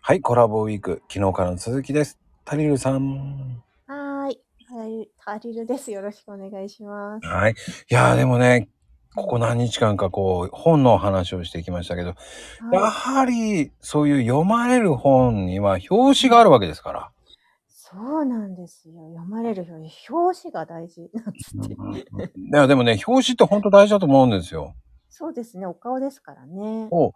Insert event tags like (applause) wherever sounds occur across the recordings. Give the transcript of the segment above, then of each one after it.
はい、コラボウィーク、昨日からの続きです。タリルさん。はーい。タリルタリルです。よろしくお願いします。はい。いやー、でもね、ここ何日間かこう、本の話をしてきましたけど、やはいはり、そういう読まれる本には表紙があるわけですから。そうなんですよ。読まれるように表紙が大事なんつって。いや、でもね、表紙って本当大事だと思うんですよ。そうですね。お顔ですからね。お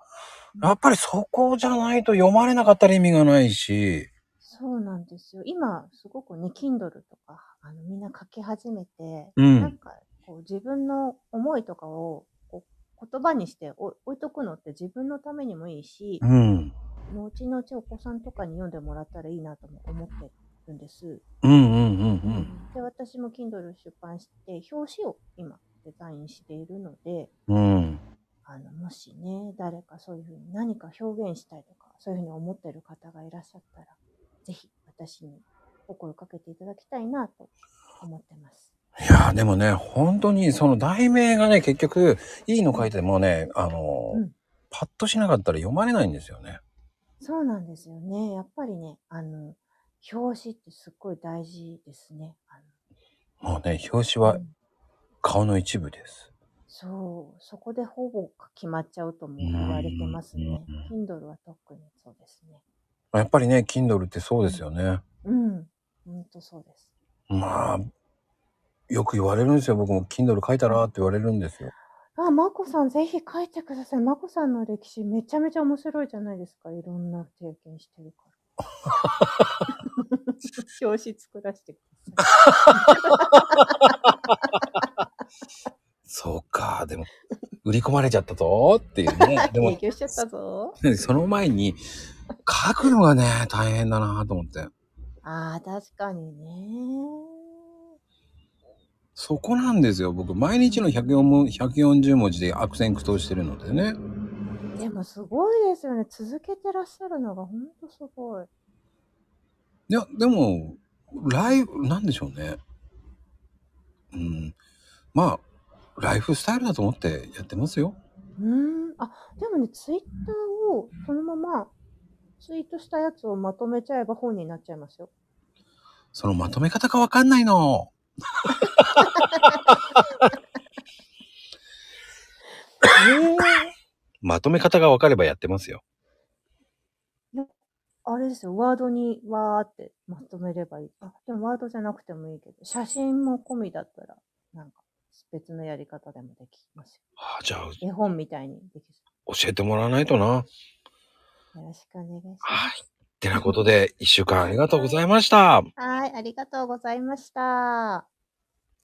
やっぱりそこじゃないと読まれなかったら意味がないし、そうなんですよ。今、すごくね、Kindle とか、あのみんな書き始めて、うんなんかこう自分の思いとかをこう言葉にしてお置いとくのって自分のためにもいいし、うん。後々お子さんとかに読んでもらったらいいなとも思ってるんです。うんうんうんで私も Kindle 出版して表紙を今デザインしているのでうん。うん。あのもしね誰かそういうふうに何か表現したいとかそういうふうに思ってる方がいらっしゃったらぜひ私にお声をかけていただきたいなと思ってます。いやーでもね、本当にその題名がね、結局、いいの書いてもね、あのーうんパッとしなかったら読まれないんですよね。そうなんですよね。やっぱりね、あの、表紙ってすっごい大事ですね。あもうね、表紙のはうん顔の一部です。そう、そこでほぼ決まっちゃうとも言われてますね。Kindle は特にそうですね。やっぱりね、Kindle ってそうですよね。うん、ほんとそうです。まあ、よく言われるんですよ。僕も Kindle 書いたらって言われるんですよ。あ、まこさん、ぜひ書いてください。まこさんの歴史、めちゃめちゃ面白いじゃないですか。いろんな経験して (laughs) るから。表紙作らせてくださそうか、でも、売り込まれちゃったぞっていう (laughs) ね。でい。も提、供しちゃったぞ。その前に、書くのがね、大変だなと思って。ああ、確かにね。そこなんですよ。僕、毎日の104も140文字で悪戦苦闘してるのでね。でも、すごいですよね。続けてらっしゃるのが、ほんとすごい。いや、でも、ライフ、なんでしょうね。うん。まあ、ライフスタイルだと思ってやってますよ。うーん。あ、でもね、ツイッターを、そのまま、ツイートしたやつをまとめちゃえば本になっちゃ (laughs) いますよ。そのまとめ方がわかんないの。ええまとめ方がわかればやってますよ。あれですよ、ワードにわーってまとめればいい。あ、でもワードじゃなくてもいいけど、写真も込みだったら、なんか別のやり方でもできますああじゃあ、よ。絵本みたいにでき教えてもらわないとな。そう。よろしくお願いしはまいす。。ってなことで、一週間ありがとうございました。はい、ありがとうございました。